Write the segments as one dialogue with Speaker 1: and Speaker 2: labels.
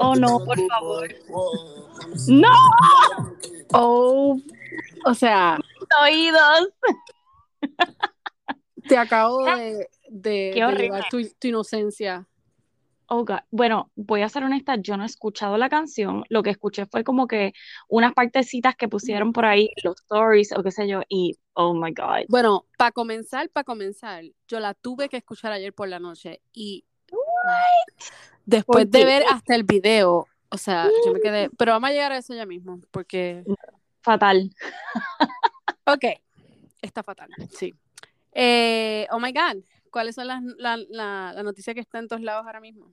Speaker 1: Oh no, por favor. ¡No!
Speaker 2: Oh, o sea,
Speaker 1: Oídos.
Speaker 2: te acabo de, de,
Speaker 1: Ah, Qué
Speaker 2: de
Speaker 1: horrible.
Speaker 2: llevar tu, tu inocencia.
Speaker 1: Oh, God. Bueno, voy a ser honesta, yo no he escuchado la canción. Lo que escuché fue como que unas partecitas que pusieron por ahí, los stories o qué sé yo, y oh my God.
Speaker 2: Bueno, para comenzar, para comenzar, yo la tuve que escuchar ayer por la noche y después
Speaker 1: ¿Por qué?
Speaker 2: de ver hasta el video, o sea, yo me quedé, pero vamos a llegar a eso ya mismo, porque,
Speaker 1: Mm. Fatal.
Speaker 2: ok, está fatal, sí. Eh, oh my God, ¿cuáles son las la, la- la noticia que está en todos lados ahora mismo?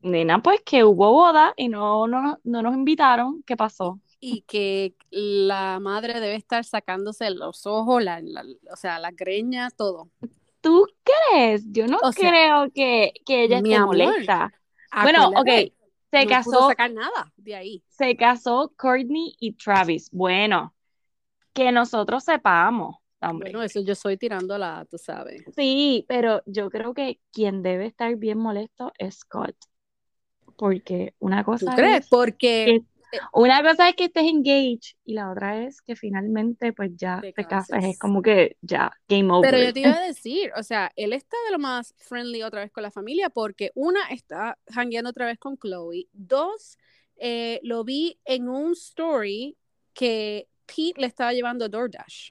Speaker 1: Nena, pues que hubo boda y no, no, no nos invitaron. ¿Qué pasó?
Speaker 2: Y que la madre debe estar sacándose los ojos, la, la- o sea, la greña, todo.
Speaker 1: ¿Tú crees? Yo no
Speaker 2: O sea,
Speaker 1: creo que, que ella
Speaker 2: mi
Speaker 1: esté
Speaker 2: amor,
Speaker 1: molesta. Bueno,
Speaker 2: Acuérdate,
Speaker 1: ok, se
Speaker 2: no
Speaker 1: casó,
Speaker 2: pudo sacar nada de ahí.
Speaker 1: se casó Courtney y Travis. Bueno, que nosotros sepamos, hombre.
Speaker 2: Bueno, eso yo soy tirando la, tú sabes.
Speaker 1: Sí, pero yo creo que quien debe estar bien molesto es Scott. Porque una
Speaker 2: ¿Tú
Speaker 1: cosa
Speaker 2: crees?
Speaker 1: es,
Speaker 2: Porque
Speaker 1: una cosa es que estés engaged y la otra es que finalmente pues ya
Speaker 2: Te
Speaker 1: te casas.
Speaker 2: cases.
Speaker 1: Es como que ya, game
Speaker 2: Pero
Speaker 1: over.
Speaker 2: yo te iba a decir, o sea, él está de lo más friendly otra vez con la familia porque una está hangueando otra vez con Chloe, dos eh, lo vi en un story que Pete le estaba llevando DoorDash.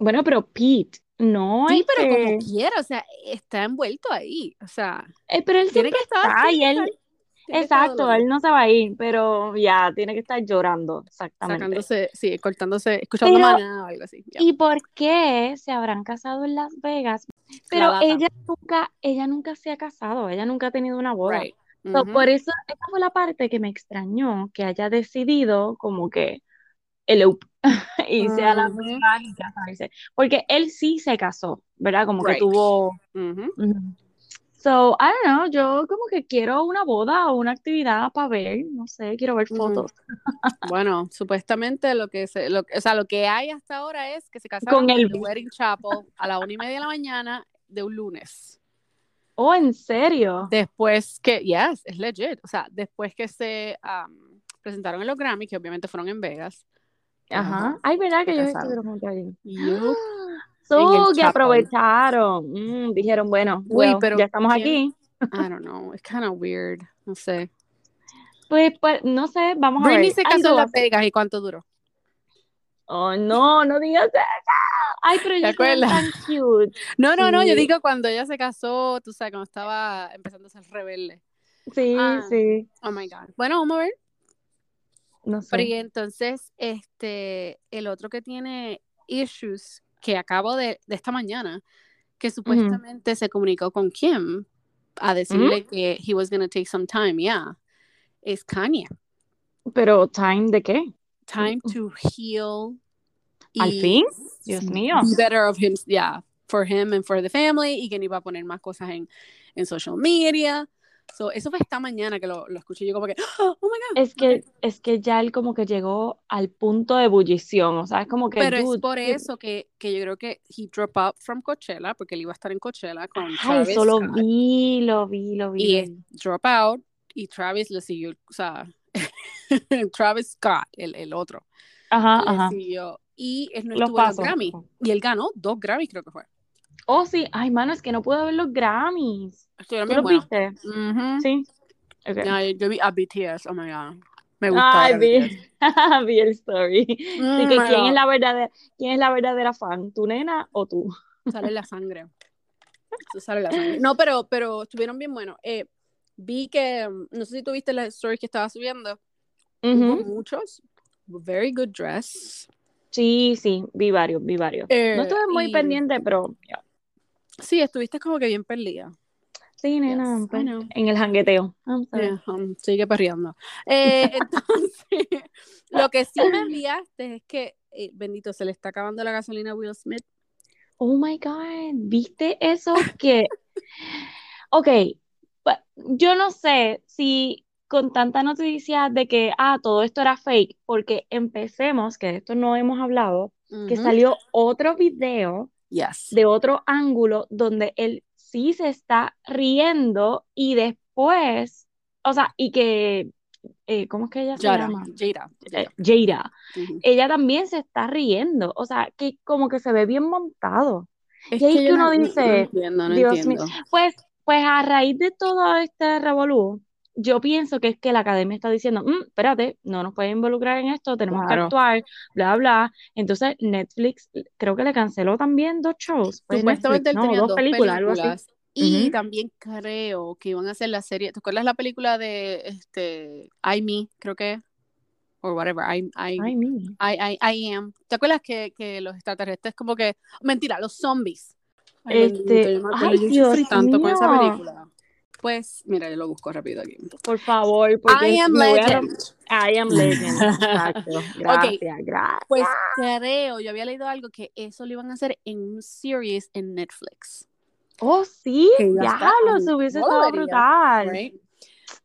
Speaker 1: Bueno, pero Pete, no
Speaker 2: Sí, pero
Speaker 1: este-
Speaker 2: como quiera, o sea, está envuelto ahí, o sea,
Speaker 1: Eh, pero él
Speaker 2: tiene
Speaker 1: siempre
Speaker 2: que estar.
Speaker 1: está y
Speaker 2: tiene que
Speaker 1: él,
Speaker 2: estar- tiene que estar
Speaker 1: exacto, él no se va a ir, pero ya tiene que estar llorando, exactamente.
Speaker 2: sacándose, sí, cortándose, escuchando
Speaker 1: Pero-
Speaker 2: maná o algo así. ya.
Speaker 1: ¿Y por qué se habrán casado en Las Vegas?
Speaker 2: La
Speaker 1: Pero
Speaker 2: data.
Speaker 1: ella nunca, ella nunca se ha casado, ella nunca ha tenido una boda.
Speaker 2: Right.
Speaker 1: So,
Speaker 2: Ujú.
Speaker 1: por eso, esa fue la parte que me extrañó, que haya decidido como que elope, irse a Las
Speaker 2: Ujú.
Speaker 1: Vegas y casarse. Porque él sí se casó, ¿verdad? Como que
Speaker 2: Right.
Speaker 1: tuvo
Speaker 2: Ujú.
Speaker 1: Ujú. So, I don't know, yo como que quiero una boda o una actividad para ver, no sé, quiero ver
Speaker 2: Ujú.
Speaker 1: fotos
Speaker 2: Bueno, supuestamente lo que se, lo, que- o sea, lo que hay hasta ahora es que se casaron
Speaker 1: con
Speaker 2: en
Speaker 1: él.
Speaker 2: el Wedding Chapel a la una y media de la mañana de un lunes.
Speaker 1: Oh, ¿en serio?
Speaker 2: Después que, yes, es legit. O sea, después que se um, presentaron en los Grammy, que obviamente fueron en Vegas.
Speaker 1: Ajá. Ay, ¿verdad que
Speaker 2: Se
Speaker 1: ellos
Speaker 2: casaron.
Speaker 1: estuvieron juntos allí?
Speaker 2: Yup. En
Speaker 1: So,
Speaker 2: el
Speaker 1: que
Speaker 2: chapel.
Speaker 1: aprovecharon. Mm, dijeron, bueno,
Speaker 2: Uy,
Speaker 1: well,
Speaker 2: pero
Speaker 1: ya estamos
Speaker 2: ¿quién-
Speaker 1: aquí.
Speaker 2: I don't know, it's kind of weird. No sé.
Speaker 1: Pues, pues, no sé, vamos a
Speaker 2: Britney
Speaker 1: ver.
Speaker 2: se
Speaker 1: Ay,
Speaker 2: casó en
Speaker 1: no,
Speaker 2: Las Vegas y cuánto duró.
Speaker 1: oh, no, no digas eso. Ay, pero ellos eran
Speaker 2: acuerdas?
Speaker 1: tan cute.
Speaker 2: No, no, no, yo
Speaker 1: Sí.
Speaker 2: digo cuando ella se casó, tú sabes, cuando estaba empezando a ser rebelde.
Speaker 1: Sí,
Speaker 2: Ah.
Speaker 1: sí,
Speaker 2: Oh my God. Bueno, vamos a ver.
Speaker 1: no sé.
Speaker 2: Pero y entonces, este, el otro que tiene issues que acabo de, de esta mañana, que supuestamente se comunicó con Kim a decirle
Speaker 1: Mm.
Speaker 2: que he was going to take some time, yeah, es Kanye.
Speaker 1: Pero, ¿time de qué?
Speaker 2: Time to heal.
Speaker 1: ¿Al
Speaker 2: y
Speaker 1: fin? Dios mío.
Speaker 2: be better of him, yeah, for him and for the family, y que ni va a poner más cosas en, en social media. So, eso fue esta mañana que lo, lo escuché yo como que, oh my God.
Speaker 1: Es que, es que ya él como que llegó al punto de ebullición, o sea, es como que,
Speaker 2: Pero es
Speaker 1: dude,
Speaker 2: por
Speaker 1: que-
Speaker 2: eso que, que yo creo que he dropped out from Coachella, porque él iba a estar en Coachella con
Speaker 1: ay,
Speaker 2: Travis
Speaker 1: eso lo
Speaker 2: Scott.
Speaker 1: vi, lo vi, lo vi.
Speaker 2: Y
Speaker 1: lo
Speaker 2: es-
Speaker 1: vi.
Speaker 2: Drop out, y Travis le siguió, o sea, Travis Scott, el, el otro,
Speaker 1: Ajá,
Speaker 2: le
Speaker 1: Ah, ajá,
Speaker 2: siguió. Y él no
Speaker 1: los
Speaker 2: estuvo en los
Speaker 1: pasos.
Speaker 2: Grammy. Y él ganó dos Grammys, creo que fue.
Speaker 1: Oh, sí, ay, mano, es que no puedo ver los Grammys.
Speaker 2: Estuvieron
Speaker 1: ¿Tú
Speaker 2: bien
Speaker 1: los
Speaker 2: buenos.
Speaker 1: viste?
Speaker 2: Ujú.
Speaker 1: Sí. Ok.
Speaker 2: Ya, yo- yo vi a BTS, oh my god. Me gusta.
Speaker 1: Ay,
Speaker 2: ver a
Speaker 1: vi,
Speaker 2: BTS.
Speaker 1: vi el story.
Speaker 2: Mm,
Speaker 1: Así que,
Speaker 2: my
Speaker 1: ¿quién
Speaker 2: God.
Speaker 1: es la verdadera, quién es la verdadera fan? ¿Tu nena o tú?
Speaker 2: Sale la sangre. Eso sale la sangre. No, pero, pero estuvieron bien buenos. Eh, vi que, mm, no sé si tú viste las stories que estaba subiendo. Hubo
Speaker 1: Ujú.
Speaker 2: muchos. Very good dress.
Speaker 1: Sí, sí, vi varios, vi varios.
Speaker 2: Eh,
Speaker 1: No estuve muy
Speaker 2: y-
Speaker 1: pendiente, pero ya.
Speaker 2: Sí, estuviste como que bien perdida.
Speaker 1: sí, nena,
Speaker 2: Yes, I
Speaker 1: pues,
Speaker 2: know.
Speaker 1: en el jangueteo. I'm sorry.
Speaker 2: Yeah, um, sigue perreando. Eh, entonces, lo que sí me enviaste es que, eh, bendito, se le está acabando la gasolina a Will Smith.
Speaker 1: Oh my God, ¿viste eso que? Ok, pa- yo no sé si con tanta noticia de que, ah, todo esto era fake, porque empecemos, que de esto no hemos hablado, que
Speaker 2: Ujú.
Speaker 1: salió otro video
Speaker 2: Yes.
Speaker 1: de otro ángulo donde él sí se está riendo y después, o sea, y que, eh, ¿cómo es que ella se
Speaker 2: Jada,
Speaker 1: llama?
Speaker 2: Jada, Jada.
Speaker 1: Eh, Jada.
Speaker 2: Ujú.
Speaker 1: Ella también se está riendo, o sea, que como que se ve bien montado.
Speaker 2: Es
Speaker 1: Y ahí que
Speaker 2: yo
Speaker 1: uno
Speaker 2: no, no- no
Speaker 1: dice,
Speaker 2: entiendo, no
Speaker 1: Dios mío.
Speaker 2: entiendo.
Speaker 1: Pues, pues a raíz de todo este revolú, yo pienso que es que la academia está diciendo, "Mm, espérate, no nos pueden involucrar en esto, tenemos que
Speaker 2: Claro.
Speaker 1: actuar, bla, bla. Entonces Netflix creo que le canceló también dos shows, pues Netflix,
Speaker 2: Supuestamente él
Speaker 1: no,
Speaker 2: tenía
Speaker 1: dos
Speaker 2: dos
Speaker 1: películas, algo así.
Speaker 2: películas. Y
Speaker 1: Ujú.
Speaker 2: también creo que iban a hacer la serie. ¿Te acuerdas la película de este I Me, creo que? O whatever, I, I,
Speaker 1: Ay, mía.
Speaker 2: I, I, I am. ¿Te acuerdas que, que los extraterrestres como que. Mentira, los zombies. Ay, bendito,
Speaker 1: Este,
Speaker 2: yo me acuerdo,
Speaker 1: ay,
Speaker 2: yo sufrí
Speaker 1: Dios
Speaker 2: tanto con esa
Speaker 1: mío.
Speaker 2: película. Pues, mira, yo lo busco rápido aquí.
Speaker 1: Por favor,
Speaker 2: I
Speaker 1: porque
Speaker 2: am
Speaker 1: me voy a romper.
Speaker 2: Legend.
Speaker 1: I am legend. Exacto.
Speaker 2: ok,
Speaker 1: Gracias, gracias.
Speaker 2: pues creo, yo había leído algo que eso lo iban a hacer en un series en Netflix.
Speaker 1: Oh, sí,
Speaker 2: que ya
Speaker 1: ya
Speaker 2: está
Speaker 1: los
Speaker 2: on
Speaker 1: hubiese estado
Speaker 2: debería,
Speaker 1: brutal.
Speaker 2: right?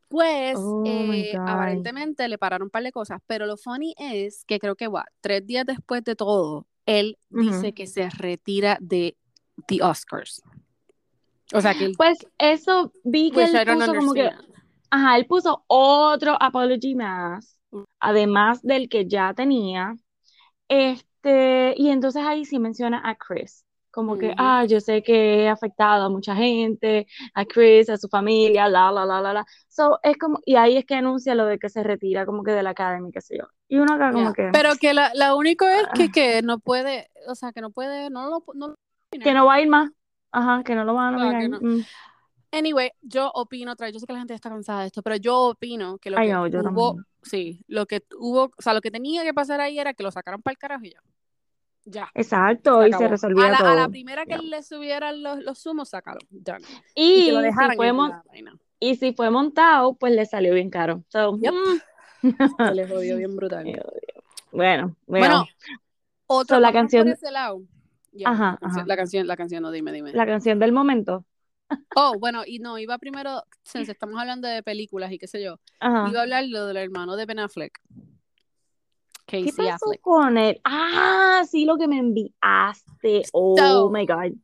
Speaker 2: Pues
Speaker 1: Oh my
Speaker 2: eh,
Speaker 1: God.
Speaker 2: aparentemente le pararon un par de cosas, pero lo funny es que creo que guau, tres días después de todo, él
Speaker 1: Ujú.
Speaker 2: dice que se retira de The Oscars. O sea que él,
Speaker 1: Pues eso vi que
Speaker 2: which
Speaker 1: él
Speaker 2: I don't
Speaker 1: puso como que,
Speaker 2: understand.
Speaker 1: ajá, él puso otro apology más,
Speaker 2: Mm.
Speaker 1: además del que ya tenía. Este, y entonces ahí sí menciona a Chris, como que,
Speaker 2: Ujú.
Speaker 1: ah, yo sé que he afectado a mucha gente, a Chris, a su familia, la, la, la, la, la. So, es como, y ahí es que anuncia lo de que se retira como que de la academia, qué sé yo. Y uno acá como
Speaker 2: Ya.
Speaker 1: que,
Speaker 2: Pero que la, la único es que,
Speaker 1: ah,
Speaker 2: que no puede, o sea que no puede, no lo no lo
Speaker 1: que
Speaker 2: nominan.
Speaker 1: no va a ir más, ajá, que no lo van a
Speaker 2: O sea,
Speaker 1: nominar.
Speaker 2: que no.
Speaker 1: Mm.
Speaker 2: Anyway, yo opino otra vez, yo sé que la gente está cansada de esto, pero yo opino que lo
Speaker 1: Ay,
Speaker 2: que
Speaker 1: no, yo
Speaker 2: hubo,
Speaker 1: también.
Speaker 2: sí, lo que hubo, o sea, lo que tenía que pasar ahí era que lo sacaran para el carajo y ya. Ya, se
Speaker 1: Exacto, y se
Speaker 2: acabó. A
Speaker 1: resolvía
Speaker 2: la, a la
Speaker 1: todo.
Speaker 2: primera que
Speaker 1: Ya.
Speaker 2: le subieran los, los zumos, sácalo. Done. Y que lo
Speaker 1: Y si
Speaker 2: dejaran
Speaker 1: fue
Speaker 2: en
Speaker 1: mon-
Speaker 2: la vaina.
Speaker 1: y si fue montado, pues le salió bien caro. So,
Speaker 2: Yep,
Speaker 1: mm.
Speaker 2: se les jodió bien brutal.
Speaker 1: Eh, Bueno,
Speaker 2: Bueno,
Speaker 1: bueno. So,
Speaker 2: otro,
Speaker 1: la
Speaker 2: vámonos por
Speaker 1: canción,
Speaker 2: ese lado. Ya, la
Speaker 1: ajá,
Speaker 2: canción,
Speaker 1: ajá.
Speaker 2: la canción, la canción, no, dime, dime.
Speaker 1: La canción del momento.
Speaker 2: Oh, bueno, y no, iba primero, since estamos hablando de películas y qué sé yo, iba
Speaker 1: Ajá.
Speaker 2: a hablar lo del hermano de Ben Affleck,
Speaker 1: ¿Qué
Speaker 2: Casey
Speaker 1: pasó
Speaker 2: Affleck.
Speaker 1: con él? Ah, sí, lo que me enviaste. Oh
Speaker 2: So,
Speaker 1: my God.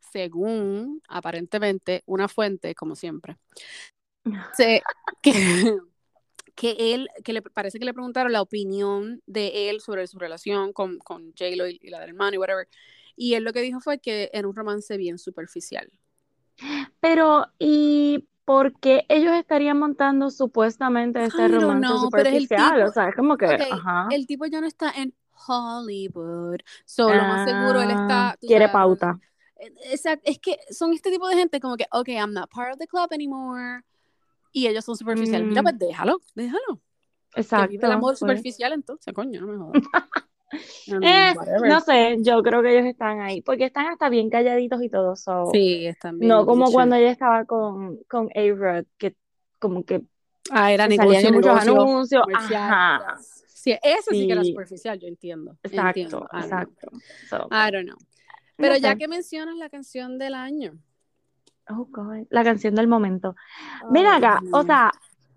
Speaker 2: según aparentemente una fuente, como siempre, se, que, que él, que le parece que le preguntaron la opinión de él sobre su relación con, con J-Lo y, y la del hermano y whatever. Y él lo que dijo fue que era un romance bien superficial.
Speaker 1: Pero, ¿y por qué ellos estarían montando supuestamente este
Speaker 2: I don't
Speaker 1: romance
Speaker 2: know, pero es el
Speaker 1: superficial? O
Speaker 2: tipo.
Speaker 1: sea, es como que,
Speaker 2: Ok,
Speaker 1: ajá.
Speaker 2: el tipo ya no está en Hollywood. So, lo más seguro él
Speaker 1: Ah,
Speaker 2: está, tú
Speaker 1: quiere
Speaker 2: sabes.
Speaker 1: pauta.
Speaker 2: eh, esa- es que son este tipo de gente como que, ok, I'm not part of the club anymore. Y ellos son superficiales. Mira,
Speaker 1: Mm,
Speaker 2: pues déjalo, déjalo. Que vive el
Speaker 1: exacto,
Speaker 2: amor
Speaker 1: pues.
Speaker 2: superficial entonces, coño, no me jodas. And
Speaker 1: Eh,
Speaker 2: whatever.
Speaker 1: no sé, yo creo que ellos están ahí, porque están hasta bien calladitos y todo, so,
Speaker 2: Sí, están bien
Speaker 1: no como
Speaker 2: bichos.
Speaker 1: cuando ella estaba con, con A-Rod, que como que
Speaker 2: Ah, era
Speaker 1: se salían
Speaker 2: negocio,
Speaker 1: en muchos
Speaker 2: negocio,
Speaker 1: anuncios,
Speaker 2: comercial.
Speaker 1: ajá,
Speaker 2: Yes. Sí, eso sí que era
Speaker 1: sí,
Speaker 2: superficial, yo entiendo, entiendo.
Speaker 1: exacto,
Speaker 2: I don't know.
Speaker 1: exacto, so,
Speaker 2: I don't
Speaker 1: no
Speaker 2: know. Ah, Pero
Speaker 1: sé,
Speaker 2: ya que mencionas la canción del año.
Speaker 1: oh God, la canción del momento. Ven
Speaker 2: Ay, Dios
Speaker 1: acá, o
Speaker 2: mío.
Speaker 1: sea,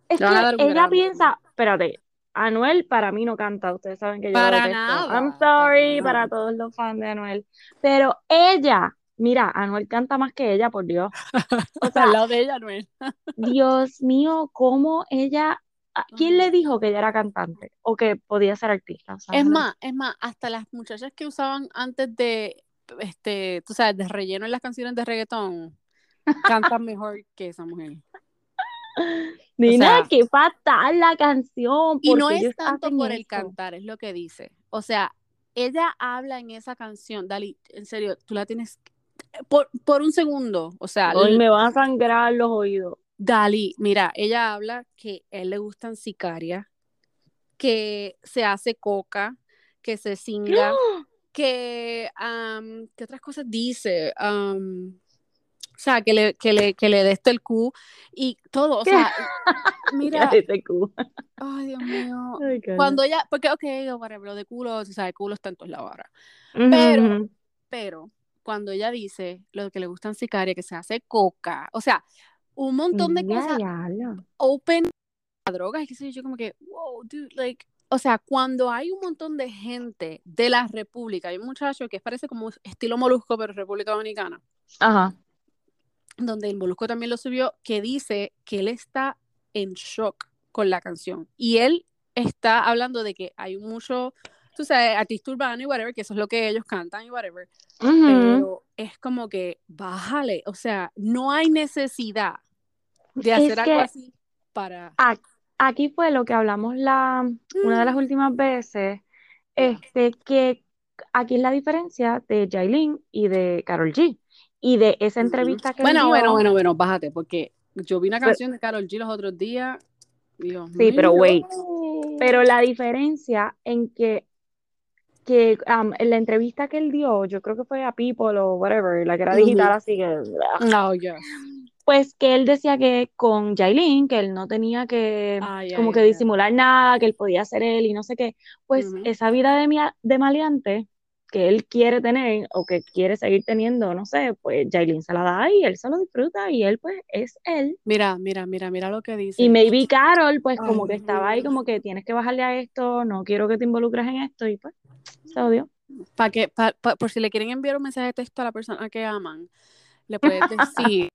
Speaker 1: es
Speaker 2: Le van a
Speaker 1: que
Speaker 2: dar un
Speaker 1: ella
Speaker 2: Grammy.
Speaker 1: piensa, espérate, Anuel para mí no canta, ustedes saben que yo lo
Speaker 2: Para
Speaker 1: detesto. I'm
Speaker 2: nada, para
Speaker 1: sorry para
Speaker 2: nada.
Speaker 1: todos los fans de Anuel, pero ella, mira, Anuel canta más que ella, por Dios. O
Speaker 2: Al
Speaker 1: sea,
Speaker 2: lado de ella no es.
Speaker 1: Dios mío, cómo ella, a- ¿quién
Speaker 2: Ay,
Speaker 1: le dijo que ella era cantante o que podía ser artista? O sea,
Speaker 2: Es
Speaker 1: hello.
Speaker 2: más, es más, hasta las muchachas que usaban antes de, este, tú sabes, de relleno en las canciones de reggaetón, cantan mejor que esa mujer. O
Speaker 1: Nina,
Speaker 2: sea,
Speaker 1: qué fatal la canción,
Speaker 2: y no
Speaker 1: porque
Speaker 2: es
Speaker 1: ellos
Speaker 2: tanto
Speaker 1: hacen
Speaker 2: por el
Speaker 1: eso.
Speaker 2: cantar, es lo que dice. O sea, ella habla en esa canción, Dali, en serio, tú la tienes por, por un segundo. O sea,
Speaker 1: Hoy
Speaker 2: l-
Speaker 1: me van a sangrar los oídos.
Speaker 2: Dali, mira, ella habla que a él le gustan sicarias, que se hace coca, que se cinga. que, am, ¿qué otras cosas dice? Am, o sea, que le, que le, que le dé esto el Q y todo, o
Speaker 1: ¿Qué? eh.
Speaker 2: sea,
Speaker 1: ¿Qué
Speaker 2: mira,
Speaker 1: hace Cuba?
Speaker 2: ay, Dios mío,
Speaker 1: Este Ay, Carla.
Speaker 2: cuando ella, porque, ok, o por ejemplo, de culo, tú sabes, culo está en todos lados ahora,
Speaker 1: Ujú,
Speaker 2: pero,
Speaker 1: ujú.
Speaker 2: pero, cuando ella dice lo que le gustan sicaria, que se hace coca, o sea, un montón de
Speaker 1: Mira,
Speaker 2: cosas,
Speaker 1: diablo.
Speaker 2: open a drogas, y qué sé yo, yo como que, wow, dude, like, o sea, cuando hay un montón de gente de la República, hay un muchacho que parece como estilo molusco, pero República Dominicana,
Speaker 1: Ajá.
Speaker 2: donde el Molusco también lo subió, que dice que él está en shock con la canción. Y él está hablando de que hay mucho, tú sabes, artista urbano y whatever, que eso es lo que ellos cantan y whatever.
Speaker 1: Uh -huh.
Speaker 2: Pero es como que, bájale, o sea, no hay necesidad de hacer
Speaker 1: Es
Speaker 2: algo
Speaker 1: que-
Speaker 2: así para...
Speaker 1: Ac- Aquí fue lo que hablamos la, una de
Speaker 2: Mm.
Speaker 1: las últimas veces, este, que aquí es la diferencia de Yailin y de Karol G, y de esa entrevista que
Speaker 2: Bueno,
Speaker 1: dio.
Speaker 2: bueno, bueno, bueno, bájate, porque yo vi una
Speaker 1: Pero-
Speaker 2: canción de Carol G los otros días. Dios
Speaker 1: Sí, pero
Speaker 2: mío.
Speaker 1: wait. Pero la diferencia en que, que um, en la entrevista que él dio, yo creo que fue a People o whatever, la que era
Speaker 2: Ujú.
Speaker 1: digital, así que...
Speaker 2: No, yes.
Speaker 1: Pues que él decía que con Yailin, que él no tenía que
Speaker 2: Ah, ya,
Speaker 1: Em, como
Speaker 2: ya,
Speaker 1: que
Speaker 2: ya.
Speaker 1: disimular nada, que él podía ser él y no sé qué. Pues
Speaker 2: Ujú.
Speaker 1: esa vida de, mia- de maleante que él quiere tener o que quiere seguir teniendo, no sé, pues Yailin se la da y él se lo disfruta y él pues es él.
Speaker 2: Mira, mira, mira, mira lo que dice.
Speaker 1: Y maybe Carol pues como
Speaker 2: Ay,
Speaker 1: que estaba ahí
Speaker 2: Dios.
Speaker 1: como que tienes que bajarle a esto, no quiero que te involucres en esto y pues se odio.
Speaker 2: Pa' que, pa- pa- por si le quieren enviar un mensaje de texto a la persona que aman, le puedes decir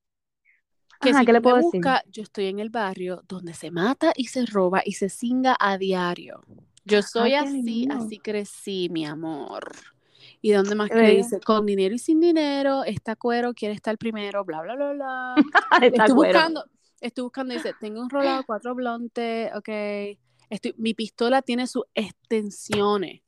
Speaker 2: que
Speaker 1: Ajá,
Speaker 2: si
Speaker 1: ¿qué
Speaker 2: tú
Speaker 1: le
Speaker 2: me
Speaker 1: puedo decir?
Speaker 2: buscas, yo estoy en el barrio donde se mata y se roba y se cinga a diario. Yo soy
Speaker 1: qué
Speaker 2: así,
Speaker 1: lindo.
Speaker 2: así crecí, mi amor. ¿Y dónde más
Speaker 1: Qué
Speaker 2: que le
Speaker 1: bello.
Speaker 2: dice? Con dinero y sin dinero, está cuero, quiere estar primero, bla, bla, bla, bla.
Speaker 1: Está
Speaker 2: Estoy
Speaker 1: cuero.
Speaker 2: buscando, estoy buscando, dice, tengo un rolado, cuatro blontes, ok. Estoy, mi pistola tiene sus extensiones.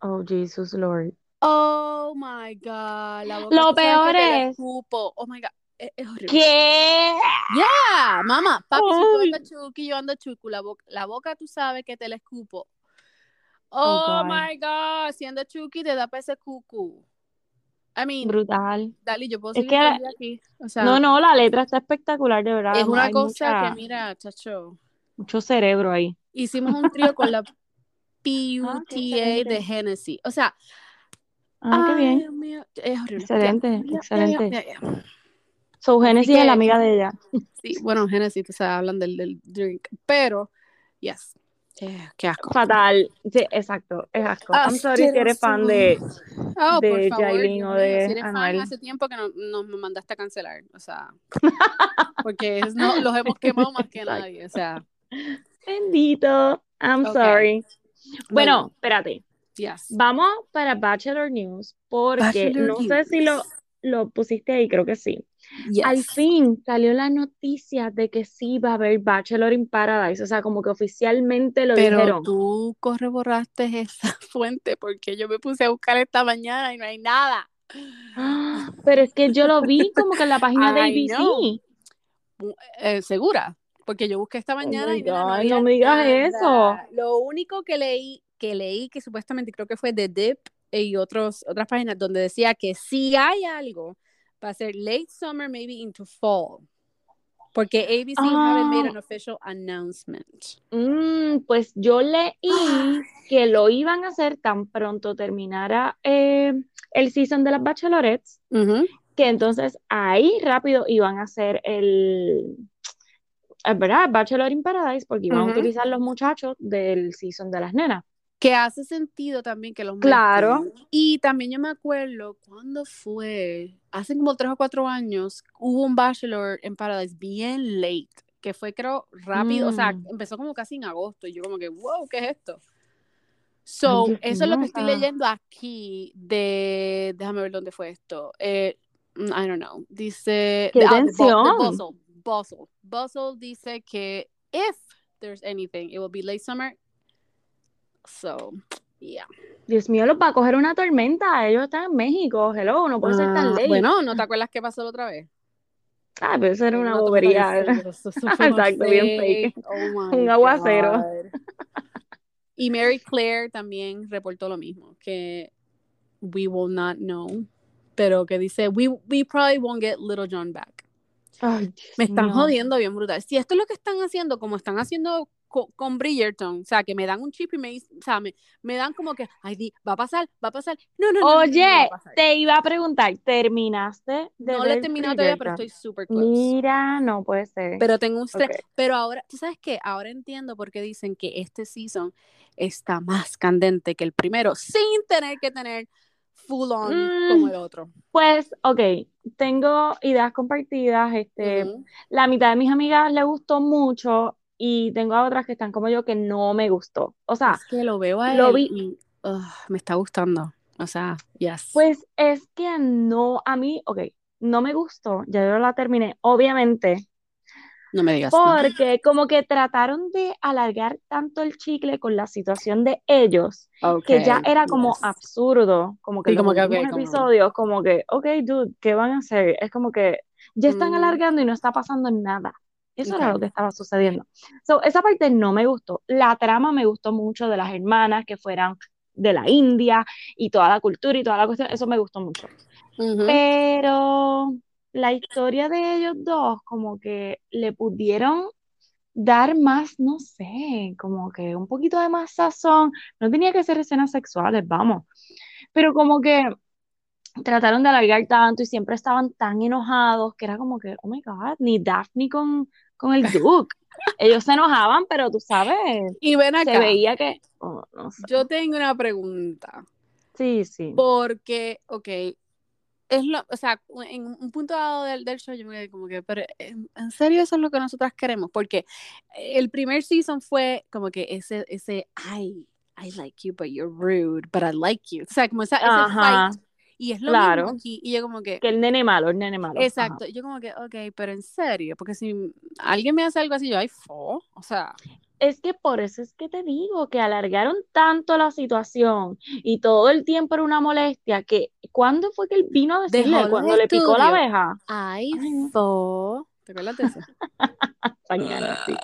Speaker 1: Oh, Jesus Lord.
Speaker 2: Oh my God, la boca,
Speaker 1: Lo
Speaker 2: tú sabes que
Speaker 1: peor
Speaker 2: te la
Speaker 1: es
Speaker 2: escupo. Oh my God, es, es horrible.
Speaker 1: ¿Qué?
Speaker 2: Yeah, mamá, papi, si tú
Speaker 1: Ay.
Speaker 2: andas chuki, yo ando chucu. La boca, la boca, tú sabes que te la escupo.
Speaker 1: Oh,
Speaker 2: Oh
Speaker 1: God.
Speaker 2: my God, si andas chuki, te da pa' ese cucu. I mean,
Speaker 1: Brutal.
Speaker 2: Dali, yo puedo
Speaker 1: Es
Speaker 2: seguir todo el
Speaker 1: que,
Speaker 2: día aquí. O sea,
Speaker 1: no, no, la letra está espectacular, de verdad.
Speaker 2: es una
Speaker 1: Hay
Speaker 2: cosa
Speaker 1: mucha,
Speaker 2: que, mira, chacho,
Speaker 1: mucho cerebro ahí.
Speaker 2: hicimos un trío con la
Speaker 1: Ah, qué
Speaker 2: PUTA de
Speaker 1: excelente.
Speaker 2: Genesis. O sea,
Speaker 1: Ah, qué
Speaker 2: ay,
Speaker 1: bien.
Speaker 2: Dios mío, es horrible. Ya,
Speaker 1: Excelente,
Speaker 2: ya, ya, ya,
Speaker 1: excelente.
Speaker 2: ya, ya.
Speaker 1: So,
Speaker 2: Así
Speaker 1: Genesis es la
Speaker 2: que.
Speaker 1: amiga de ella.
Speaker 2: Sí, bueno, Genesis, o sea, hablan del, del drink, pero, yes, Eh, qué asco.
Speaker 1: Fatal. Sí, exacto, es asco. I'm sorry si eres
Speaker 2: Asqueroso.
Speaker 1: fan de,
Speaker 2: Oh, por
Speaker 1: de
Speaker 2: favor,
Speaker 1: Yailin
Speaker 2: Dios
Speaker 1: o
Speaker 2: mío, si
Speaker 1: de
Speaker 2: eres fan,
Speaker 1: Anuel.
Speaker 2: hace tiempo que no, nos me mandaste a cancelar, o sea, porque es- no, los hemos quemado más que
Speaker 1: Exacto.
Speaker 2: nadie, o sea,
Speaker 1: Bendito. I'm
Speaker 2: Ok.
Speaker 1: sorry.
Speaker 2: bueno,
Speaker 1: Bueno, espérate.
Speaker 2: yes.
Speaker 1: Vamos para Bachelor News porque
Speaker 2: Bachelor
Speaker 1: no sé si lo,
Speaker 2: News.
Speaker 1: lo pusiste ahí, creo que sí. Al
Speaker 2: Yes.
Speaker 1: fin salió la noticia de que sí va a haber Bachelor in Paradise, o sea, como que oficialmente lo
Speaker 2: Pero
Speaker 1: dijeron.
Speaker 2: tú corroboraste esa fuente porque yo me puse a buscar esta mañana y no hay nada.
Speaker 1: ¡Ah! Pero es que yo lo vi como que en la página de
Speaker 2: I
Speaker 1: ABC.
Speaker 2: know.
Speaker 1: Oh
Speaker 2: Bu- eh, segura, porque yo busqué esta mañana
Speaker 1: my
Speaker 2: y nena, no
Speaker 1: God,
Speaker 2: había
Speaker 1: no me digas eso.
Speaker 2: nada. Lo único que leí, que leí que supuestamente creo que fue The Dip y otros, otras páginas donde decía que si hay algo, va a ser late summer, maybe into fall. Porque ABC haven't made
Speaker 1: Ah,
Speaker 2: an official announcement.
Speaker 1: mm, pues yo leí que lo iban a hacer tan pronto terminara eh, el season de las Bachelorettes.
Speaker 2: Ujú.
Speaker 1: que entonces ahí rápido iban a hacer el, es verdad, Bachelor in Paradise, porque iban a
Speaker 2: Ujú.
Speaker 1: utilizar los muchachos del season de las nenas.
Speaker 2: Que hace sentido también que los
Speaker 1: Claro.
Speaker 2: mezclen. Y también yo me acuerdo cuando fue, hace como tres o cuatro años, hubo un Bachelor en Paradise bien late, que fue creo rápido, o sea,
Speaker 1: Mm.
Speaker 2: empezó como casi en agosto y yo como que, wow, ¿qué es esto?
Speaker 1: Ay,
Speaker 2: So,
Speaker 1: Dios
Speaker 2: eso es
Speaker 1: mío,
Speaker 2: lo que
Speaker 1: o
Speaker 2: estoy
Speaker 1: sea,
Speaker 2: leyendo aquí de, déjame ver dónde fue esto. Eh, mm, I don't know. Dice,
Speaker 1: qué
Speaker 2: ah, the, bu- the
Speaker 1: tensión.
Speaker 2: Bustle, Bustle. Bustle dice que if there's anything, it will be late summer. So, yeah.
Speaker 1: Dios mío, los va a coger una tormenta. Ellos están en México. Hello, no puede ser tan
Speaker 2: Ah,
Speaker 1: late.
Speaker 2: bueno, ¿no te acuerdas qué pasó la otra vez?
Speaker 1: Ah, pero eso era
Speaker 2: Era
Speaker 1: una
Speaker 2: una tormenta bien
Speaker 1: bobería.
Speaker 2: fake, eso, eso fue una
Speaker 1: Exacto, bien
Speaker 2: fake.
Speaker 1: fake.
Speaker 2: Oh
Speaker 1: Un
Speaker 2: my
Speaker 1: aguacero.
Speaker 2: God. Y Mary Claire también reportó lo mismo, que we will not know, pero que dice, we, we probably won't get Little John back.
Speaker 1: Ay, Dios
Speaker 2: Me están
Speaker 1: mío.
Speaker 2: jodiendo bien brutal. Si esto es lo que están haciendo, como están haciendo co- con Bridgerton, o sea, que me dan un chip y me, dic- o sea, me, me dan como que, ay, di, va a pasar, va a pasar. No, no, no, no, no, no va a
Speaker 1: Oye,
Speaker 2: pasar.
Speaker 1: te iba a preguntar, ¿terminaste de
Speaker 2: No lo he
Speaker 1: ver
Speaker 2: terminado todavía, pero
Speaker 1: Bridgerton?
Speaker 2: estoy super close.
Speaker 1: Mira, no puede ser.
Speaker 2: Pero tengo un
Speaker 1: Ok.
Speaker 2: estrés. Pero ahora, ¿tú sabes qué? Ahora entiendo por qué dicen que este season está más candente que el primero, sin tener que tener full on
Speaker 1: Mm.
Speaker 2: como el otro.
Speaker 1: Pues, ok, tengo ideas compartidas. Este,
Speaker 2: Ujú.
Speaker 1: la mitad de mis amigas le gustó mucho y tengo a otras que están como yo que no me gustó. O sea,
Speaker 2: Es que lo veo a
Speaker 1: Ah, lo
Speaker 2: él
Speaker 1: vi-
Speaker 2: y ugh, me está gustando. O sea, yes.
Speaker 1: Pues es que no, a mí, ok, no me gustó, ya yo la terminé, obviamente,
Speaker 2: no me digas. no.
Speaker 1: porque como que trataron de alargar tanto el chicle con la situación de ellos, que ya
Speaker 2: Ah, Ok,
Speaker 1: era como
Speaker 2: yes.
Speaker 1: absurdo, como que
Speaker 2: Sí,
Speaker 1: los
Speaker 2: como que,
Speaker 1: últimos
Speaker 2: ok, como-
Speaker 1: episodios, como que, ok, dude, ¿qué van a hacer? Es como que ya están
Speaker 2: Mm.
Speaker 1: alargando y no está pasando nada. Eso era
Speaker 2: Ok.
Speaker 1: lo que estaba sucediendo. So, esa parte no me gustó. La trama me gustó mucho de las hermanas que fueran de la India y toda la cultura y toda la cuestión, eso me gustó mucho.
Speaker 2: Ujú.
Speaker 1: Pero la historia de ellos dos, como que le pudieron dar más, no sé, como que un poquito de más sazón. No tenía que ser escenas sexuales, vamos. Pero como que trataron de alargar tanto y siempre estaban tan enojados que era como que, oh my God, ni Daphne con, con el Duke. Ellos se enojaban, pero tú sabes,
Speaker 2: Y ven
Speaker 1: se
Speaker 2: acá,
Speaker 1: veía que, oh, no sé.
Speaker 2: yo tengo una pregunta.
Speaker 1: Sí, sí.
Speaker 2: Porque, ok, es lo, o sea, en un punto dado del, del show yo me quedé como que, pero ¿en en serio eso es lo que nosotras queremos? Porque eh, el primer season fue como que ese, ese, ay, I like you, but you're rude, but I like you. O sea, como esa, ese
Speaker 1: Ajá,
Speaker 2: fight. Y es lo
Speaker 1: claro.
Speaker 2: mismo aquí. Y yo como que,
Speaker 1: Que el nene malo, el nene malo. Ajá.
Speaker 2: exacto, yo como que, ok, pero en serio, porque si alguien me hace algo así, yo, ay, fo, o sea,
Speaker 1: Es que por eso es que te digo que alargaron tanto la situación y todo el tiempo era una molestia que ¿cuándo fue que él vino a
Speaker 2: dejó
Speaker 1: decirle?
Speaker 2: los
Speaker 1: Cuando le picó la
Speaker 2: estudios.
Speaker 1: abeja.
Speaker 2: Ay,
Speaker 1: Ay, no,
Speaker 2: fo. ¿Te acuerdas de eso?
Speaker 1: pañuelo, sí.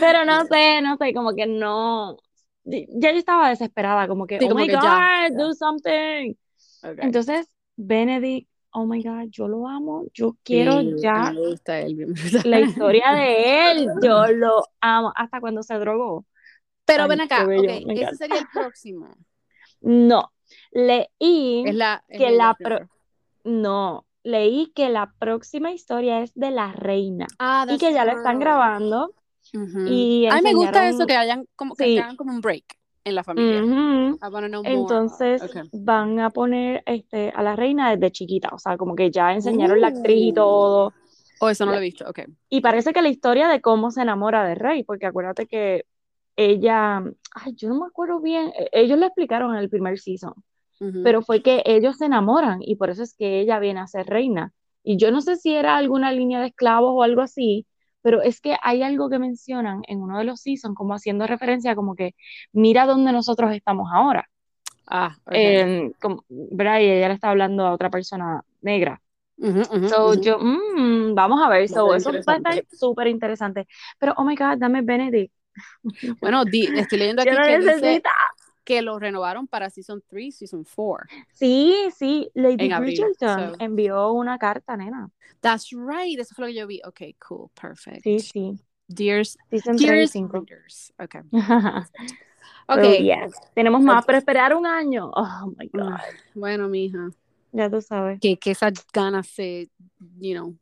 Speaker 1: Pero no sé, no sé, como que no. Ya yo estaba desesperada, como que,
Speaker 2: Sí,
Speaker 1: oh
Speaker 2: como
Speaker 1: my
Speaker 2: que ya.
Speaker 1: God,
Speaker 2: ya,
Speaker 1: do something.
Speaker 2: ok.
Speaker 1: Entonces, Benedict, oh my God, yo lo amo, yo quiero
Speaker 2: Sí, a mí
Speaker 1: ya
Speaker 2: me gusta él, bien
Speaker 1: la
Speaker 2: brutal.
Speaker 1: historia de él, yo lo amo, hasta cuando se drogó.
Speaker 2: Pero ven
Speaker 1: Ay, qué
Speaker 2: acá, ok,
Speaker 1: bello, me
Speaker 2: ese
Speaker 1: encanta.
Speaker 2: sería el próximo.
Speaker 1: No, leí
Speaker 2: Es la, es
Speaker 1: que
Speaker 2: el
Speaker 1: la
Speaker 2: Black
Speaker 1: pro-
Speaker 2: River.
Speaker 1: no, leí que la próxima historia es de la reina
Speaker 2: Ah,
Speaker 1: y
Speaker 2: that's
Speaker 1: que ya la están
Speaker 2: right.
Speaker 1: grabando
Speaker 2: Ujú.
Speaker 1: y
Speaker 2: Mm. A mí me gusta eso,
Speaker 1: enseñaron,
Speaker 2: que hayan como, que
Speaker 1: sí,
Speaker 2: hagan como un break en la familia.
Speaker 1: ujú.
Speaker 2: I want to know more about it.
Speaker 1: Entonces
Speaker 2: Okay.
Speaker 1: van a poner este a la reina desde chiquita, o sea, como que ya enseñaron la actriz y
Speaker 2: Uh.
Speaker 1: todo.
Speaker 2: Oh, eso no lo
Speaker 1: La-
Speaker 2: he visto, ok.
Speaker 1: y parece que la historia de cómo se enamora del rey, porque acuérdate que ella, ay, yo no me acuerdo bien, e- ellos le explicaron en el primer season.
Speaker 2: Ujú.
Speaker 1: pero fue que ellos se enamoran y por eso es que ella viene a ser reina. Y yo no sé si era alguna línea de esclavos o algo así, pero es que hay algo que mencionan en uno de los seasons como haciendo referencia como que mira dónde nosotros estamos ahora.
Speaker 2: Ah, ok.
Speaker 1: Eh, como, ¿verdad? Y ella le está hablando a otra persona negra.
Speaker 2: Ujú, ujú,
Speaker 1: So
Speaker 2: ujú.
Speaker 1: yo, mm, vamos a ver,
Speaker 2: Va a ser
Speaker 1: so, eso va a estar
Speaker 2: interesante.
Speaker 1: súper interesante. Pero, oh my God, dame Benedict. Yo,
Speaker 2: Bueno, di- estoy leyendo
Speaker 1: yo
Speaker 2: aquí
Speaker 1: lo
Speaker 2: que dice
Speaker 1: necesito.
Speaker 2: que lo renovaron para Season 3, Season 4
Speaker 1: Sí, sí, Lady
Speaker 2: en abril.
Speaker 1: Bridgerton
Speaker 2: So,
Speaker 1: envió una carta, nena.
Speaker 2: that's right. Eso fue lo que yo vi. Ok, cool,
Speaker 1: Sí,
Speaker 2: perfect.
Speaker 1: sí.
Speaker 2: Dearest,
Speaker 1: Season 3 y
Speaker 2: dearest
Speaker 1: 5.
Speaker 2: readers. Ok,
Speaker 1: So,
Speaker 2: ok.
Speaker 1: yes. Tenemos
Speaker 2: so-
Speaker 1: más, pero esperar un año. Oh my
Speaker 2: ah,
Speaker 1: God.
Speaker 2: bueno, mija,
Speaker 1: Ya tú sabes.
Speaker 2: que, que esas ganas se, you know,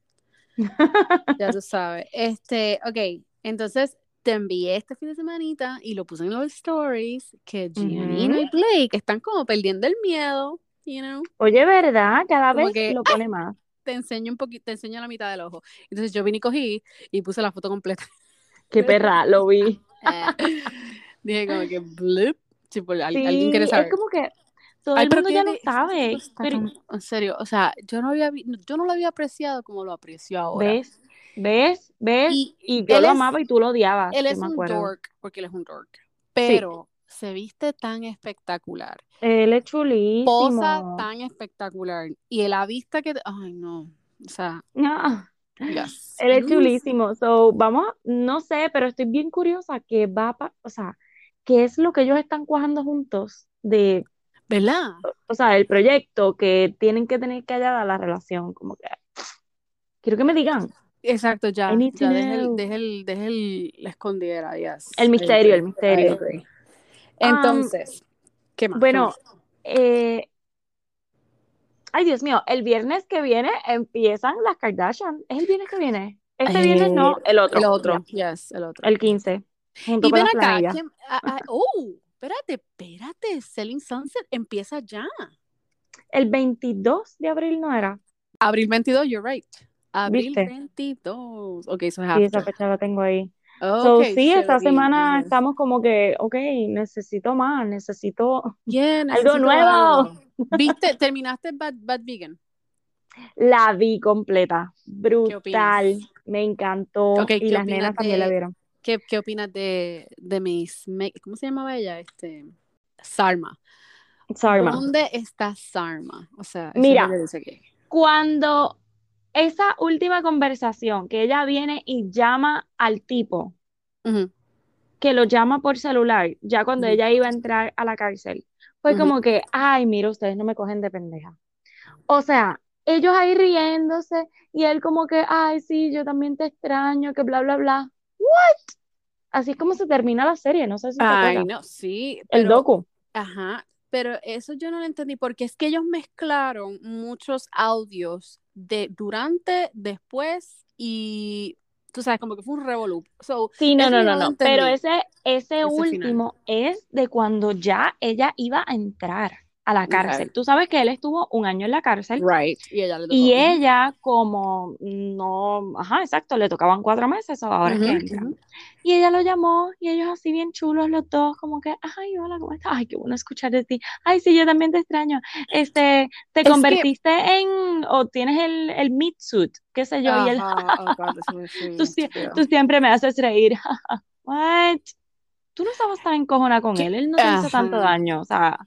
Speaker 2: ya tú sabes. Este, ok, entonces te envié este fin de semanita y lo puse en los stories que Gianina
Speaker 1: Ujú.
Speaker 2: y Blake están como perdiendo el miedo, you know,
Speaker 1: Oye, ¿verdad? Cada
Speaker 2: como
Speaker 1: vez
Speaker 2: que
Speaker 1: lo pone más.
Speaker 2: te enseño un poquito, te enseño la mitad del ojo. Entonces yo vine y cogí y puse la foto completa.
Speaker 1: Qué perra, lo vi.
Speaker 2: Dije como que bloop, si por al- alguien quiere
Speaker 1: Sí, es
Speaker 2: saber.
Speaker 1: como que todo
Speaker 2: Ay,
Speaker 1: el
Speaker 2: pero
Speaker 1: mundo
Speaker 2: qué
Speaker 1: ya lo
Speaker 2: be- es que ese chico
Speaker 1: sabe.
Speaker 2: está
Speaker 1: Pero,
Speaker 2: tan, en serio, o sea, yo no había vi- yo no lo había apreciado como lo aprecio ahora.
Speaker 1: ¿ves? ¿Ves? ¿Ves?
Speaker 2: Y
Speaker 1: Y yo
Speaker 2: él
Speaker 1: lo
Speaker 2: es
Speaker 1: amaba y tú lo odiabas,
Speaker 2: él
Speaker 1: Ah, sí
Speaker 2: es
Speaker 1: me
Speaker 2: un
Speaker 1: acuerdo.
Speaker 2: dork, porque él es un dork,
Speaker 1: Sí,
Speaker 2: pero se viste tan espectacular,
Speaker 1: él es
Speaker 2: posa
Speaker 1: chulísimo.
Speaker 2: tan espectacular y la vista que, ay no, o sea,
Speaker 1: No,
Speaker 2: yes.
Speaker 1: él es chulísimo. So, vamos, a- no sé, pero estoy bien curiosa qué va pa- o sea, qué es lo que ellos están cuajando juntos de,
Speaker 2: ¿Verdad?
Speaker 1: o sea, el proyecto que tienen que tener callada la relación, como que quiero que me digan.
Speaker 2: Exacto,
Speaker 1: I
Speaker 2: ya,
Speaker 1: need to
Speaker 2: ya deja el,
Speaker 1: know.
Speaker 2: deja el, deja el, la escondiera,
Speaker 1: El
Speaker 2: yes, I
Speaker 1: misterio, el
Speaker 2: agree, I
Speaker 1: misterio.
Speaker 2: agree.
Speaker 1: Am,
Speaker 2: Entonces, ¿qué más? ¿Qué más?
Speaker 1: bueno, eh, ay Dios mío, el viernes que viene empiezan las Kardashian. ¿Es el viernes que viene? Este viernes
Speaker 2: Eh,
Speaker 1: no, el
Speaker 2: el
Speaker 1: otro, ya,
Speaker 2: otro, yes, el otro.
Speaker 1: el 15, junto
Speaker 2: Y
Speaker 1: con
Speaker 2: ven
Speaker 1: las
Speaker 2: acá,
Speaker 1: planillas.
Speaker 2: ¿quién? ah, ah, oh, espérate, espérate, Selling Sunset empieza ya.
Speaker 1: el 22 de abril no era.
Speaker 2: Abril 22, you're right. Abril
Speaker 1: ¿Viste?
Speaker 2: 22. Ah, Ok, so
Speaker 1: Sí,
Speaker 2: after.
Speaker 1: esa fecha la tengo ahí. So,
Speaker 2: Okay,
Speaker 1: sí, esta
Speaker 2: chévere,
Speaker 1: semana
Speaker 2: entonces.
Speaker 1: estamos como que, ok, necesito más, necesito
Speaker 2: Yeah,
Speaker 1: algo
Speaker 2: necesito
Speaker 1: nuevo.
Speaker 2: algo. ¿Viste? ¿Terminaste Bad, Bad Vegan?
Speaker 1: La vi completa, brutal,
Speaker 2: opinas?
Speaker 1: me encantó
Speaker 2: Ok,
Speaker 1: y
Speaker 2: ¿qué
Speaker 1: las
Speaker 2: opinas
Speaker 1: nenas también la
Speaker 2: de-
Speaker 1: vieron.
Speaker 2: ¿Qué, qué opinas de, de mis... me- ¿Cómo se llamaba ella? Este, Sarma.
Speaker 1: Sarma.
Speaker 2: ¿Dónde está Sarma? O sea, eso es
Speaker 1: Mira.
Speaker 2: lo que dice aquí.
Speaker 1: Cuando esa última conversación que ella viene y llama al tipo,
Speaker 2: Ujú.
Speaker 1: que lo llama por celular, ya cuando
Speaker 2: Ujú.
Speaker 1: ella iba a entrar a la cárcel, fue
Speaker 2: Ujú.
Speaker 1: como que, ay, mira, ustedes no me cogen de pendeja. O sea, ellos ahí riéndose y él como que, ay, sí, yo también te extraño, que bla, bla, bla. ¿What? Así es como se termina la serie, no sé si te
Speaker 2: Ay,
Speaker 1: acuerdas.
Speaker 2: no, sí,
Speaker 1: Ah, El
Speaker 2: pero...
Speaker 1: docu.
Speaker 2: Ajá, pero eso yo no lo entendí porque es que ellos mezclaron muchos audios de durante, después y tú sabes, como que fue un revolú. So,
Speaker 1: Sí, no,
Speaker 2: eso
Speaker 1: no,
Speaker 2: yo
Speaker 1: no,
Speaker 2: no lo
Speaker 1: no. Pero
Speaker 2: entendí,
Speaker 1: ese, ese
Speaker 2: ese
Speaker 1: último es de cuando ya ella iba a entrar a la
Speaker 2: Ok.
Speaker 1: cárcel. Tú sabes que él estuvo un año en la cárcel
Speaker 2: right, y ella le tocó.
Speaker 1: y
Speaker 2: Ujú,
Speaker 1: ella como no, ajá, exacto, le tocaban cuatro meses o ahora es que
Speaker 2: ujú,
Speaker 1: entra.
Speaker 2: ujú.
Speaker 1: Y ella lo llamó y ellos así bien chulos los dos, como que, ay, hola, ¿cómo estás? Ay, qué bueno escuchar de ti. Ay, sí, yo también te extraño. Este, te
Speaker 2: Es que-
Speaker 1: convertiste en, o tienes el, el meat suit, qué sé yo, y él,
Speaker 2: Ajá, oh, God, eso me- sí,
Speaker 1: tú, sie-
Speaker 2: yeah.
Speaker 1: tú siempre me haces reír. What? Tú no estabas tan encojona con
Speaker 2: ¿Qué?
Speaker 1: él, él no te hizo tanto
Speaker 2: Ajá.
Speaker 1: daño, o sea,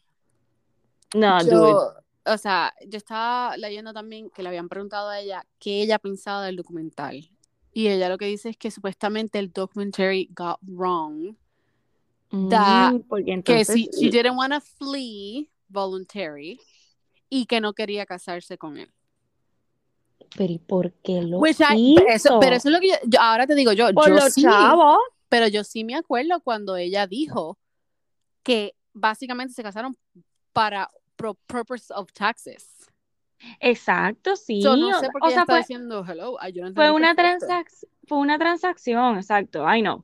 Speaker 1: no, dude.
Speaker 2: Yo, o sea, yo estaba leyendo también que le habían preguntado a ella qué ella pensaba del documental. Y ella lo que dice es que supuestamente el documentary got wrong. Da-
Speaker 1: Mm, porque
Speaker 2: que
Speaker 1: entonces,
Speaker 2: si she didn't want to flee voluntary y que no quería casarse con él.
Speaker 1: pero ¿y por qué lo
Speaker 2: Which I- pero Pues eso,
Speaker 1: hizo?
Speaker 2: pero eso es lo que yo, yo- ahora te digo yo,
Speaker 1: Por
Speaker 2: yo
Speaker 1: los
Speaker 2: sí,
Speaker 1: chavos.
Speaker 2: pero yo sí me acuerdo cuando ella dijo que básicamente se casaron para pro- purpose of taxes.
Speaker 1: Exacto, sí.
Speaker 2: Yo no
Speaker 1: O,
Speaker 2: sé por
Speaker 1: o
Speaker 2: qué ella
Speaker 1: sea,
Speaker 2: está
Speaker 1: fue,
Speaker 2: diciendo hello, ay, yo no entendí
Speaker 1: fue una
Speaker 2: perfecto.
Speaker 1: transac- fue una transacción, exacto, I know.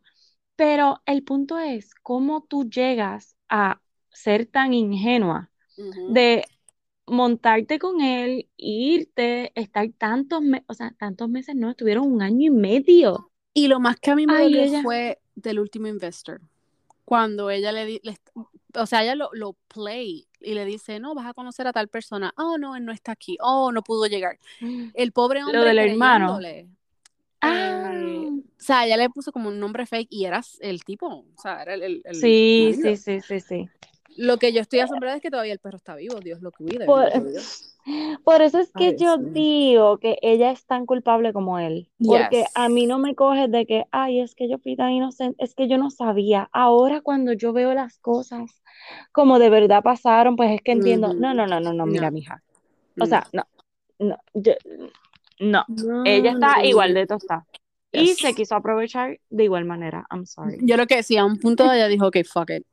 Speaker 1: Pero el punto es cómo tú llegas a ser tan ingenua
Speaker 2: Ujú.
Speaker 1: de montarte con él, irte, estar tantos meses, o sea, tantos meses no, estuvieron un año y medio.
Speaker 2: Y lo más que a mí me
Speaker 1: Ay,
Speaker 2: dolió
Speaker 1: ella.
Speaker 2: fue del último investor. Cuando ella le, di- le- o sea, ella lo, lo play y le dice, no, vas a conocer a tal persona. Oh, no, él no está aquí. Oh, no pudo llegar. El pobre
Speaker 1: Lo
Speaker 2: hombre
Speaker 1: del hermano.
Speaker 2: creyéndole.
Speaker 1: Ah,
Speaker 2: Eh, o sea, ella le puso como un nombre fake y eras el tipo. O sea, era el, el- el
Speaker 1: sí,
Speaker 2: marido.
Speaker 1: sí, sí, sí, sí.
Speaker 2: Lo que yo estoy asombrada es que todavía el perro está vivo. Dios lo cuide. Dios
Speaker 1: Por,
Speaker 2: lo cuide.
Speaker 1: por eso es que
Speaker 2: Ay,
Speaker 1: yo
Speaker 2: Dios mío.
Speaker 1: digo que ella es tan culpable como él, porque a mí
Speaker 2: Yes.
Speaker 1: no me coges de que, ay, es que yo fui tan inocente, es que yo no sabía. Ahora cuando yo veo las cosas como de verdad pasaron, pues es que entiendo, no,
Speaker 2: Ujú.
Speaker 1: no, no, no, no, mira,
Speaker 2: No, Mm.
Speaker 1: mija. O
Speaker 2: no.
Speaker 1: sea, no, no, yo- no, ella está igual
Speaker 2: No.
Speaker 1: de tostada. Y
Speaker 2: Mm, Yes.
Speaker 1: se quiso aprovechar de igual manera, I'm sorry.
Speaker 2: Yo lo que decía, a un punto ella dijo, ok, fuck it,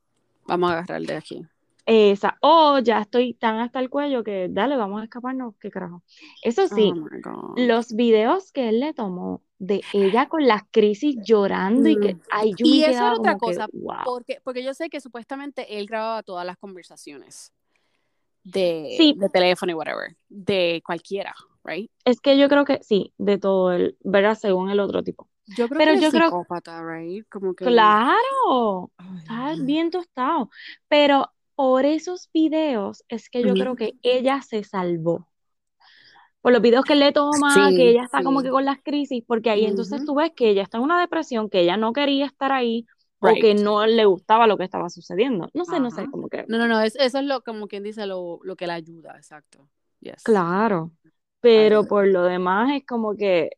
Speaker 2: vamos a agarrar de aquí.
Speaker 1: Esa, oh, ya estoy tan hasta el cuello que dale, vamos a escaparnos, qué carajo. Eso
Speaker 2: Oh
Speaker 1: sí,
Speaker 2: my God.
Speaker 1: los videos que él le tomó de ella con las crisis llorando y que,
Speaker 2: Mm.
Speaker 1: ay, yo me
Speaker 2: Y eso era
Speaker 1: quedaba
Speaker 2: otra
Speaker 1: como que,
Speaker 2: cosa,
Speaker 1: wow.
Speaker 2: porque, porque yo sé que supuestamente él grababa todas las conversaciones de,
Speaker 1: Sí,
Speaker 2: de teléfono y whatever, de cualquiera, right?
Speaker 1: es que yo creo que sí, de todo el, ¿verdad? Según el otro tipo.
Speaker 2: Yo creo que
Speaker 1: Pero
Speaker 2: él es
Speaker 1: yo creo,
Speaker 2: psicópata, right? Como que...
Speaker 1: claro,
Speaker 2: Ay,
Speaker 1: está
Speaker 2: Dios mío.
Speaker 1: bien tostado. Pero por esos videos es que yo
Speaker 2: Ujú.
Speaker 1: creo que ella se salvó. por los videos que él le toma, que
Speaker 2: Sí,
Speaker 1: ella está como que
Speaker 2: sí.
Speaker 1: con las crisis, porque ahí entonces
Speaker 2: Ujú.
Speaker 1: tú ves que ella está en una depresión, que ella no quería estar ahí o
Speaker 2: Right.
Speaker 1: que no le gustaba lo que estaba sucediendo. No sé, no sé,
Speaker 2: Ajá.
Speaker 1: como que,
Speaker 2: No, no, no, es, eso es lo, como quien dice, lo, lo que la ayuda, exacto. Yes.
Speaker 1: claro,
Speaker 2: Ay,
Speaker 1: pero
Speaker 2: Dios.
Speaker 1: por lo demás es como que,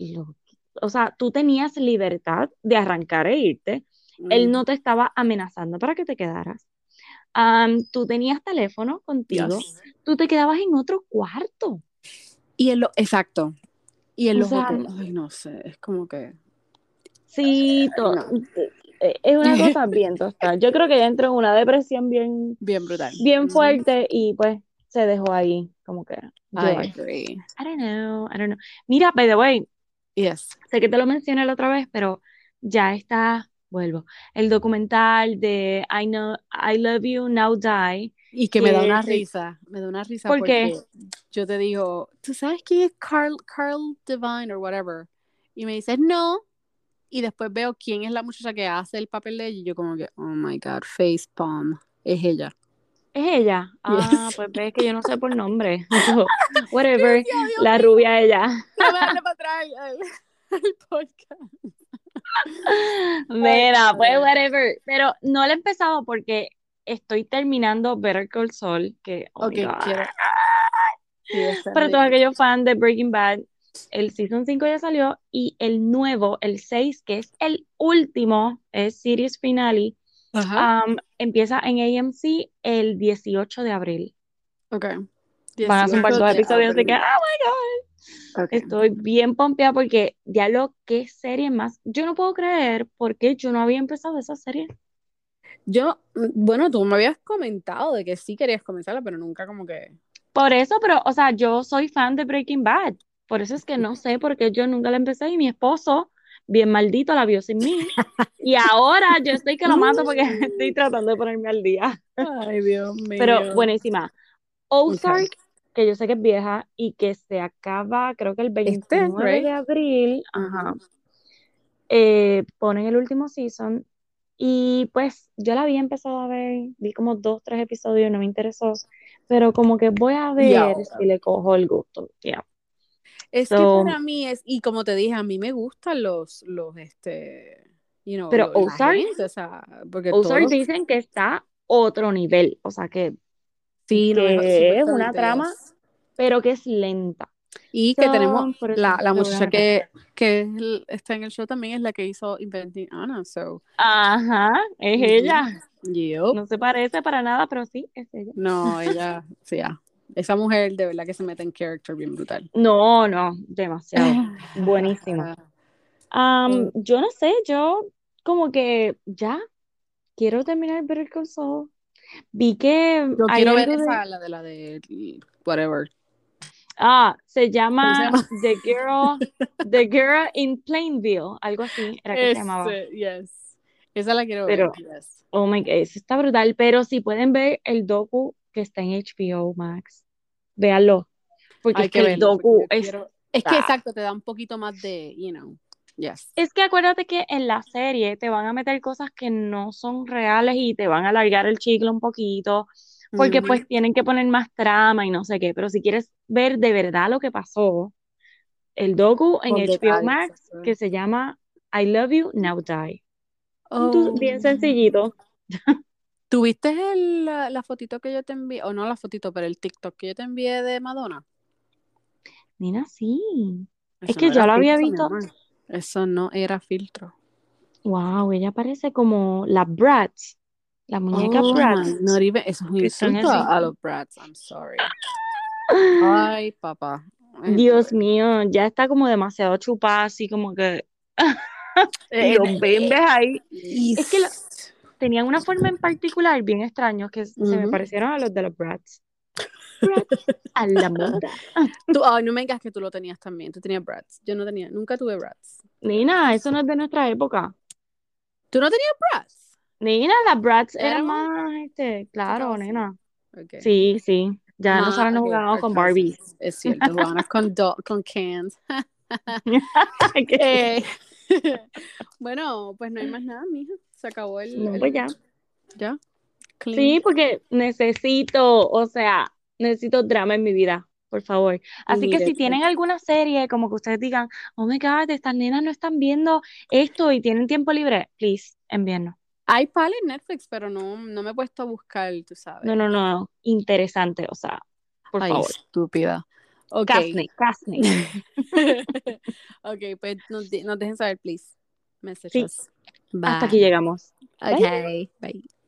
Speaker 1: lo- o sea, tú tenías libertad de arrancar e irte, él
Speaker 2: Ujú.
Speaker 1: no te estaba amenazando para que te quedaras. Am, tú tenías teléfono contigo,
Speaker 2: Yes.
Speaker 1: tú te quedabas en otro cuarto.
Speaker 2: Y en lo, exacto. Y en
Speaker 1: O
Speaker 2: los
Speaker 1: sea,
Speaker 2: hoteles. Ay, no sé. Es como que.
Speaker 1: Sí,
Speaker 2: ay,
Speaker 1: to-
Speaker 2: no.
Speaker 1: eh, es una cosa bien tostada. Yo creo que ella entró en una depresión bien,
Speaker 2: Bien brutal.
Speaker 1: bien
Speaker 2: Ujú.
Speaker 1: fuerte y pues se dejó ahí como que
Speaker 2: I
Speaker 1: llevar.
Speaker 2: agree.
Speaker 1: I don't know, I don't know. Mira, by the way,
Speaker 2: Yes.
Speaker 1: sé que te lo mencioné la otra vez, pero ya está, vuelvo, el documental de I Know, I Love You Now Die,
Speaker 2: Y que me da una risa, me da una risa
Speaker 1: ¿Por
Speaker 2: porque
Speaker 1: qué?
Speaker 2: yo te digo, ¿tú sabes quién es Carl, Carl Divine o whatever? Y me dices, no. Y después veo quién es la muchacha que hace el papel de ella y yo como que, oh my God, face palm, es ella.
Speaker 1: ¿Es ella? Ah,
Speaker 2: Yes.
Speaker 1: pues ves que yo no sé por nombre. Yo, whatever, la rubia ella.
Speaker 2: No me darle para atrás al- al podcast.
Speaker 1: Mira, pues
Speaker 2: Dios.
Speaker 1: whatever. Pero no la he empezado porque estoy terminando Better Call Saul, que, oh
Speaker 2: Ok,
Speaker 1: my God.
Speaker 2: quiero. Sí, está
Speaker 1: Para
Speaker 2: rico.
Speaker 1: todos aquellos fans de Breaking Bad, el Season 5 ya salió y el nuevo, el 6, que es el último, es Series Finale,
Speaker 2: Ajá.
Speaker 1: um, empieza en AMC el 18 de abril.
Speaker 2: Ok.
Speaker 1: Van a zumbar
Speaker 2: 18
Speaker 1: dos
Speaker 2: de
Speaker 1: episodios, así que,
Speaker 2: abril.
Speaker 1: ah, my God.
Speaker 2: Ok.
Speaker 1: Estoy bien pompeada porque, diablo, qué serie más. Yo no puedo creer por qué yo no había empezado esa serie.
Speaker 2: Yo, mm, bueno, tú me habías comentado de que sí querías comenzarla, pero nunca como que.
Speaker 1: Por eso, pero, o sea, yo soy fan de Breaking Bad. Por eso es que no sé por qué yo nunca la empecé y mi esposo, bien maldito, la vio sin mí. Y ahora yo estoy que lo mato porque estoy tratando de ponerme al día.
Speaker 2: Ay, Dios mío.
Speaker 1: Pero buenísima. Ozark, que yo sé que es vieja y que se acaba, creo que el 29
Speaker 2: Este right?
Speaker 1: de abril. Ajá. Eh, ponen el último season. Y pues yo la había empezado a ver, vi como dos, tres episodios, no me interesó, pero como que voy a ver
Speaker 2: Y ahora.
Speaker 1: si le cojo el gusto. ya
Speaker 2: Es
Speaker 1: So-
Speaker 2: que para mí es, y como te dije, a mí me gustan los, los, este, you know,
Speaker 1: Pero
Speaker 2: los- la
Speaker 1: Ozark-
Speaker 2: gente, o sea, porque
Speaker 1: Ozark
Speaker 2: todos-
Speaker 1: dicen que está otro nivel, o sea que,
Speaker 2: sí, no,
Speaker 1: que es
Speaker 2: súper
Speaker 1: una
Speaker 2: talentoso.
Speaker 1: trama, pero que es lenta.
Speaker 2: Y que
Speaker 1: So,
Speaker 2: tenemos
Speaker 1: por eso
Speaker 2: la, la
Speaker 1: lo voy a
Speaker 2: muchacha que, que es el- está en el show también es la que hizo Inventing Anna, so.
Speaker 1: Ajá, es
Speaker 2: Ujú.
Speaker 1: ella.
Speaker 2: Yup.
Speaker 1: No se parece para nada, pero sí, es ella.
Speaker 2: No, ella, sí, ya. Esa mujer de verdad que se mete en character bien brutal.
Speaker 1: No, no, demasiado.
Speaker 2: Ah,
Speaker 1: Buenísimo. Am, yo no sé, yo como que ya quiero terminar Better Call Saul. Vi que
Speaker 2: Yo
Speaker 1: hay
Speaker 2: quiero ver
Speaker 1: algo de-
Speaker 2: esa, la de la de whatever.
Speaker 1: Ah, se llama
Speaker 2: ¿Cómo
Speaker 1: The Girl, The Girl in Plainville, algo así era que se llamaba.
Speaker 2: Ese, Este, yes. Esa la quiero
Speaker 1: Pero-
Speaker 2: ver. yes.
Speaker 1: Oh my God, eso está brutal, pero si pueden ver el docu que está en HBO Max, véanlo, porque
Speaker 2: Hay
Speaker 1: es
Speaker 2: que
Speaker 1: que el
Speaker 2: verlo, porque
Speaker 1: docu
Speaker 2: yo
Speaker 1: es
Speaker 2: quiero- Es que
Speaker 1: está-
Speaker 2: exacto, te da un poquito más de, you know, yes.
Speaker 1: Ah. Es que acuérdate que en la serie te van a meter cosas que no son reales y te van a alargar el chicle un poquito, porque
Speaker 2: Ujú.
Speaker 1: pues tienen que poner más trama y no sé qué, pero si quieres ver de verdad lo que pasó, el docu en
Speaker 2: Con
Speaker 1: HBO
Speaker 2: detalles,
Speaker 1: Max
Speaker 2: exacto.
Speaker 1: que se llama I Love You, Now Die.
Speaker 2: Oh.
Speaker 1: Bien sencillito.
Speaker 2: ¿Tuviste el- la, la fotito que yo te envié? O no la fotito, pero el TikTok que yo te envié de Madonna.
Speaker 1: Nina, sí. Es
Speaker 2: Eso
Speaker 1: que
Speaker 2: no
Speaker 1: yo
Speaker 2: era
Speaker 1: lo había visto.
Speaker 2: filtro, mi amor. Eso no era filtro.
Speaker 1: Wow, ella parece como la Bratz, la muñeca
Speaker 2: Oh,
Speaker 1: Bratz.
Speaker 2: my, not even- eso es un
Speaker 1: Que son
Speaker 2: insulto
Speaker 1: así.
Speaker 2: a, a los brats, I'm sorry. Ay, papá. Ay,
Speaker 1: Dios
Speaker 2: pobre.
Speaker 1: mío, ya está como demasiado chupada, así como que y
Speaker 2: Eh,
Speaker 1: los bembes ahí.
Speaker 2: y-
Speaker 1: Es que la- Tenían una forma en particular bien extraña que se me
Speaker 2: Ujú.
Speaker 1: parecieron a los de los Bratz. Bratz a la moda.
Speaker 2: Tú, ay, no me digas que tú lo tenías también. Tú tenías brats. Yo no tenía, nunca tuve brats.
Speaker 1: Nina, eso no es de nuestra época.
Speaker 2: ¿Tú no tenías brats?
Speaker 1: Nina, las Bratz
Speaker 2: ¿Era
Speaker 1: eran
Speaker 2: más?
Speaker 1: más, este, claro,
Speaker 2: Chicos, sí.
Speaker 1: nena.
Speaker 2: Ok.
Speaker 1: Sí, sí. Ya
Speaker 2: Ma-
Speaker 1: nosotros nos
Speaker 2: ok,
Speaker 1: jugábamos con
Speaker 2: perdón, sí.
Speaker 1: Barbies.
Speaker 2: Es cierto, jugábamos con, do- con cans.
Speaker 1: Que-
Speaker 2: Eh, bueno, pues no hay más nada, mija. Se acabó el.
Speaker 1: No,
Speaker 2: el-
Speaker 1: pues ya.
Speaker 2: ya. Clean.
Speaker 1: Sí, porque necesito, o sea, necesito drama en mi vida, por favor. Así que
Speaker 2: Mire,
Speaker 1: si tienen alguna serie, como que ustedes digan, oh my God, estas nenas no están viendo esto y tienen tiempo libre, please, envíennos.
Speaker 2: Hay pal en Netflix, pero no, no me he puesto a buscar, tú sabes.
Speaker 1: No, no, no, interesante, o sea, por
Speaker 2: Ay,
Speaker 1: favor.
Speaker 2: estúpida. Ok.
Speaker 1: Casney, Casney.
Speaker 2: ok, pues nos, de- nos dejen saber, please. Messages. Bye.
Speaker 1: Hasta aquí llegamos.
Speaker 2: Okay. Bye.